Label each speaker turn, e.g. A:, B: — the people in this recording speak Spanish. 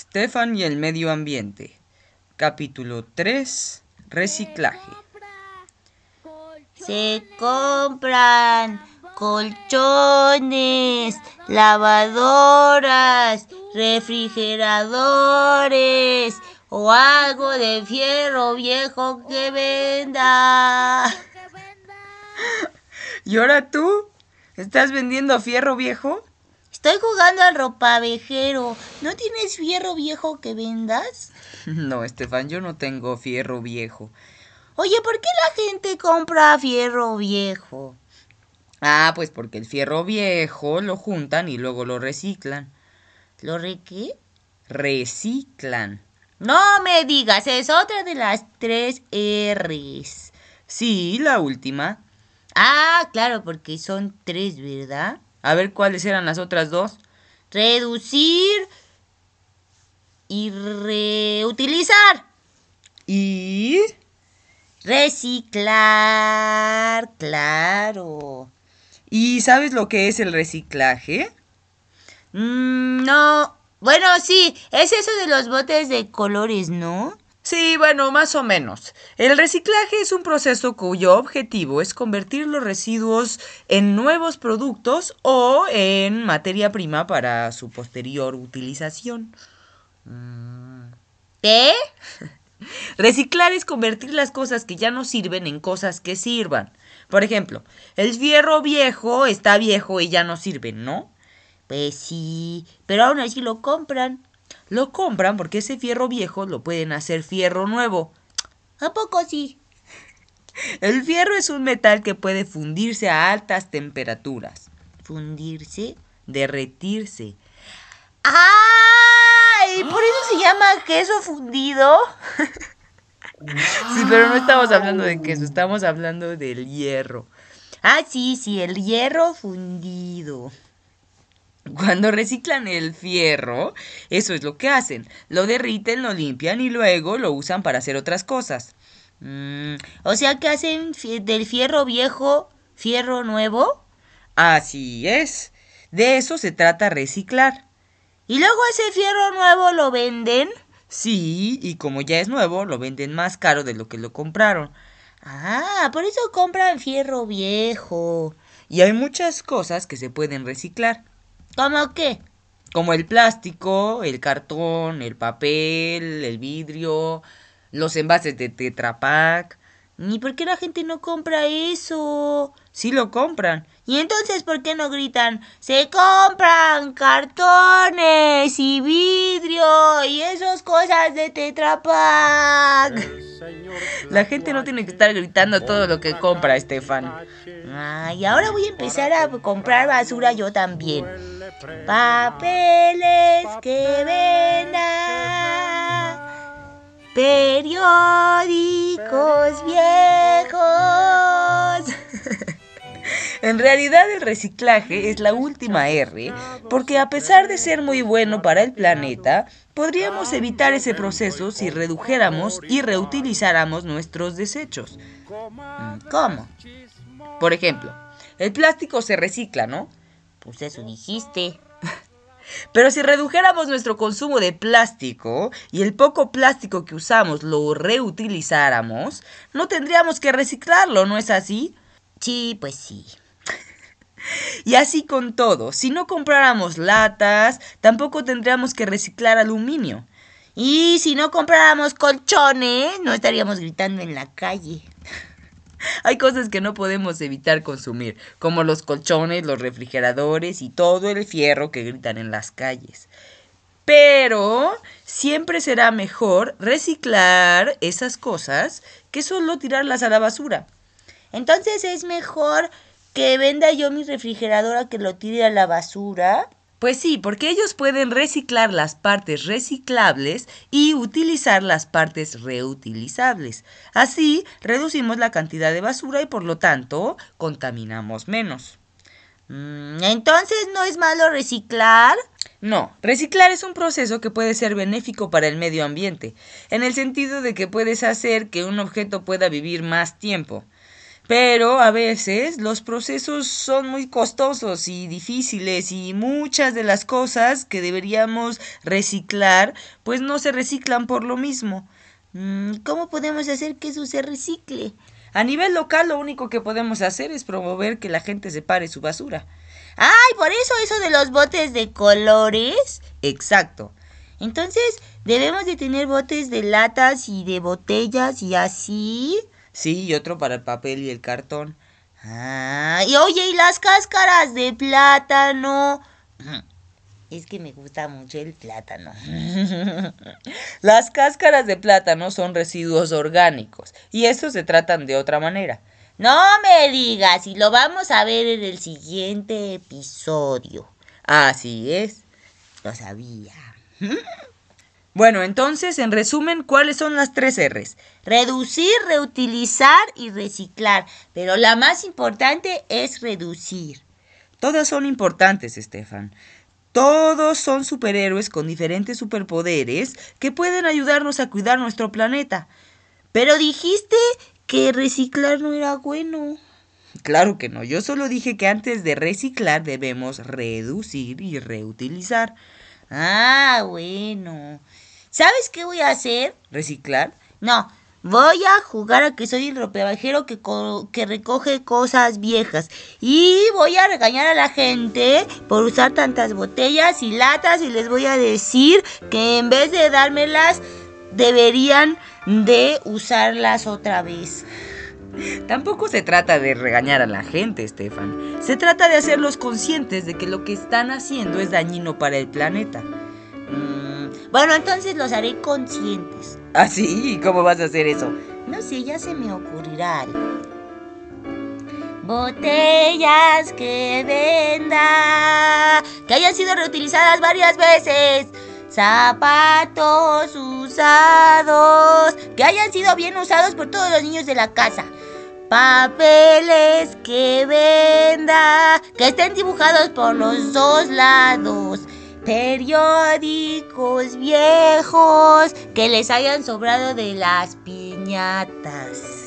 A: Stefan y el medio ambiente. Capítulo 3. Reciclaje.
B: Se compran colchones, lavadoras, refrigeradores o algo de fierro viejo que venda.
A: ¿Y ahora tú? ¿Estás vendiendo fierro viejo?
B: Estoy jugando al ropavejero. ¿No tienes fierro viejo que vendas?
A: No, Estefan, yo no tengo fierro viejo.
B: Oye, ¿por qué la gente compra fierro viejo?
A: Ah, pues porque el fierro viejo lo juntan y luego lo reciclan.
B: ¿Lo re qué?
A: Reciclan.
B: No me digas, es otra de las tres R's.
A: Sí, la última.
B: Ah, claro, porque son tres, ¿verdad?
A: A ver cuáles eran las otras dos.
B: Reducir y reutilizar.
A: Y
B: reciclar, claro.
A: ¿Y sabes lo que es el reciclaje?
B: Mm, no. Bueno, sí, es eso de los botes de colores, ¿no?
A: Sí, bueno, más o menos. El reciclaje es un proceso cuyo objetivo es convertir los residuos en nuevos productos o en materia prima para su posterior utilización.
B: Mm. ¿Qué?
A: Reciclar es convertir las cosas que ya no sirven en cosas que sirvan. Por ejemplo, el fierro viejo está viejo y ya no sirve, ¿no?
B: Pues sí, pero aún así lo compran.
A: Lo compran porque ese fierro viejo lo pueden hacer fierro nuevo.
B: ¿A poco sí?
A: El fierro es un metal que puede fundirse a altas temperaturas.
B: ¿Fundirse?
A: Derretirse.
B: ¡Ay! ¿Por eso se llama queso fundido?
A: Sí, pero no estamos hablando de queso, estamos hablando del hierro.
B: Ah, sí, sí, el hierro fundido.
A: Cuando reciclan el fierro, eso es lo que hacen. Lo derriten, lo limpian y luego lo usan para hacer otras cosas.
B: Mm, o sea que hacen fi- del fierro viejo fierro nuevo.
A: Así es. De eso se trata reciclar.
B: Y luego ese fierro nuevo lo venden.
A: Sí, y como ya es nuevo, lo venden más caro de lo que lo compraron.
B: Ah, por eso compran fierro viejo.
A: Y hay muchas cosas que se pueden reciclar,
B: ¿Cómo qué?
A: como el plástico, el cartón, el papel, el vidrio, los envases de Tetra Pak.
B: ¿Y por qué la gente no compra eso?
A: Sí lo compran.
B: ¿Y entonces por qué no gritan? Se compran cartones y vidrio y esas cosas de Tetra Pak.
A: La gente no tiene que estar gritando todo lo que compra, Estefan.
B: E Ay, Ah, ahora voy a empezar a comprar basura yo también. Papeles que venda, periódicos viejos.
A: En realidad el reciclaje es la última R, porque a pesar de ser muy bueno para el planeta, podríamos evitar ese proceso si redujéramos y reutilizáramos nuestros desechos. Mm,
B: ¿Cómo?
A: Por ejemplo, el plástico se recicla, ¿no?
B: Pues eso dijiste.
A: Pero si redujéramos nuestro consumo de plástico y el poco plástico que usamos lo reutilizáramos, no tendríamos que reciclarlo, ¿no es así?
B: Sí, pues sí.
A: Y así con todo, si no compráramos latas, tampoco tendríamos que reciclar aluminio.
B: Y si no compráramos colchones, no estaríamos gritando en la calle.
A: Hay cosas que no podemos evitar consumir, como los colchones, los refrigeradores y todo el fierro que gritan en las calles. Pero siempre será mejor reciclar esas cosas que solo tirarlas a la basura.
B: Entonces es mejor que venda yo mi refrigerador a que lo tire a la basura.
A: Pues sí, porque ellos pueden reciclar las partes reciclables y utilizar las partes reutilizables. Así reducimos la cantidad de basura y por lo tanto contaminamos menos.
B: Mm, Entonces no es malo reciclar.
A: No, reciclar es un proceso que puede ser benéfico para el medio ambiente, en el sentido de que puedes hacer que un objeto pueda vivir más tiempo. Pero a veces los procesos son muy costosos y difíciles y muchas de las cosas que deberíamos reciclar pues no se reciclan por lo mismo.
B: Mm, ¿Cómo podemos hacer que eso se recicle?
A: A nivel local lo único que podemos hacer es promover que la gente separe su basura.
B: ¡Ay, por eso eso de los botes de colores!
A: Exacto.
B: Entonces, debemos de tener botes de latas y de botellas y así.
A: Sí, y otro para el papel y el cartón.
B: Ah, y oye, ¿y las cáscaras de plátano? Es que me gusta mucho el plátano.
A: Las cáscaras de plátano son residuos orgánicos y estos se tratan de otra manera.
B: No me digas, y lo vamos a ver en el siguiente episodio.
A: Así es.
B: Lo sabía.
A: Bueno, entonces, en resumen, ¿cuáles son las tres R's?
B: Reducir, reutilizar y reciclar. Pero la más importante es reducir.
A: Todas son importantes, Estefan. Todos son superhéroes con diferentes superpoderes que pueden ayudarnos a cuidar nuestro planeta.
B: Pero dijiste que reciclar no era bueno.
A: Claro que no, yo solo dije que antes de reciclar debemos reducir y reutilizar.
B: Ah, bueno. ¿Sabes qué voy a hacer?
A: ¿Reciclar?
B: No, voy a jugar a que soy el ropebajero que, co- que recoge cosas viejas. Y voy a regañar a la gente por usar tantas botellas y latas y les voy a decir que en vez de dármelas deberían de usarlas otra vez.
A: Tampoco se trata de regañar a la gente, Estefan. Se trata de hacerlos conscientes de que lo que están haciendo es dañino para el planeta.
B: Mm, bueno, entonces los haré conscientes.
A: ¿Ah, sí? ¿Y cómo vas a hacer eso?
B: No sé, ya se me ocurrirá algo. Botellas que venda, que hayan sido reutilizadas varias veces. Zapatos usados, que hayan sido bien usados por todos los niños de la casa. Papeles que venda, que estén dibujados por los dos lados. Periódicos viejos, que les hayan sobrado de las piñatas.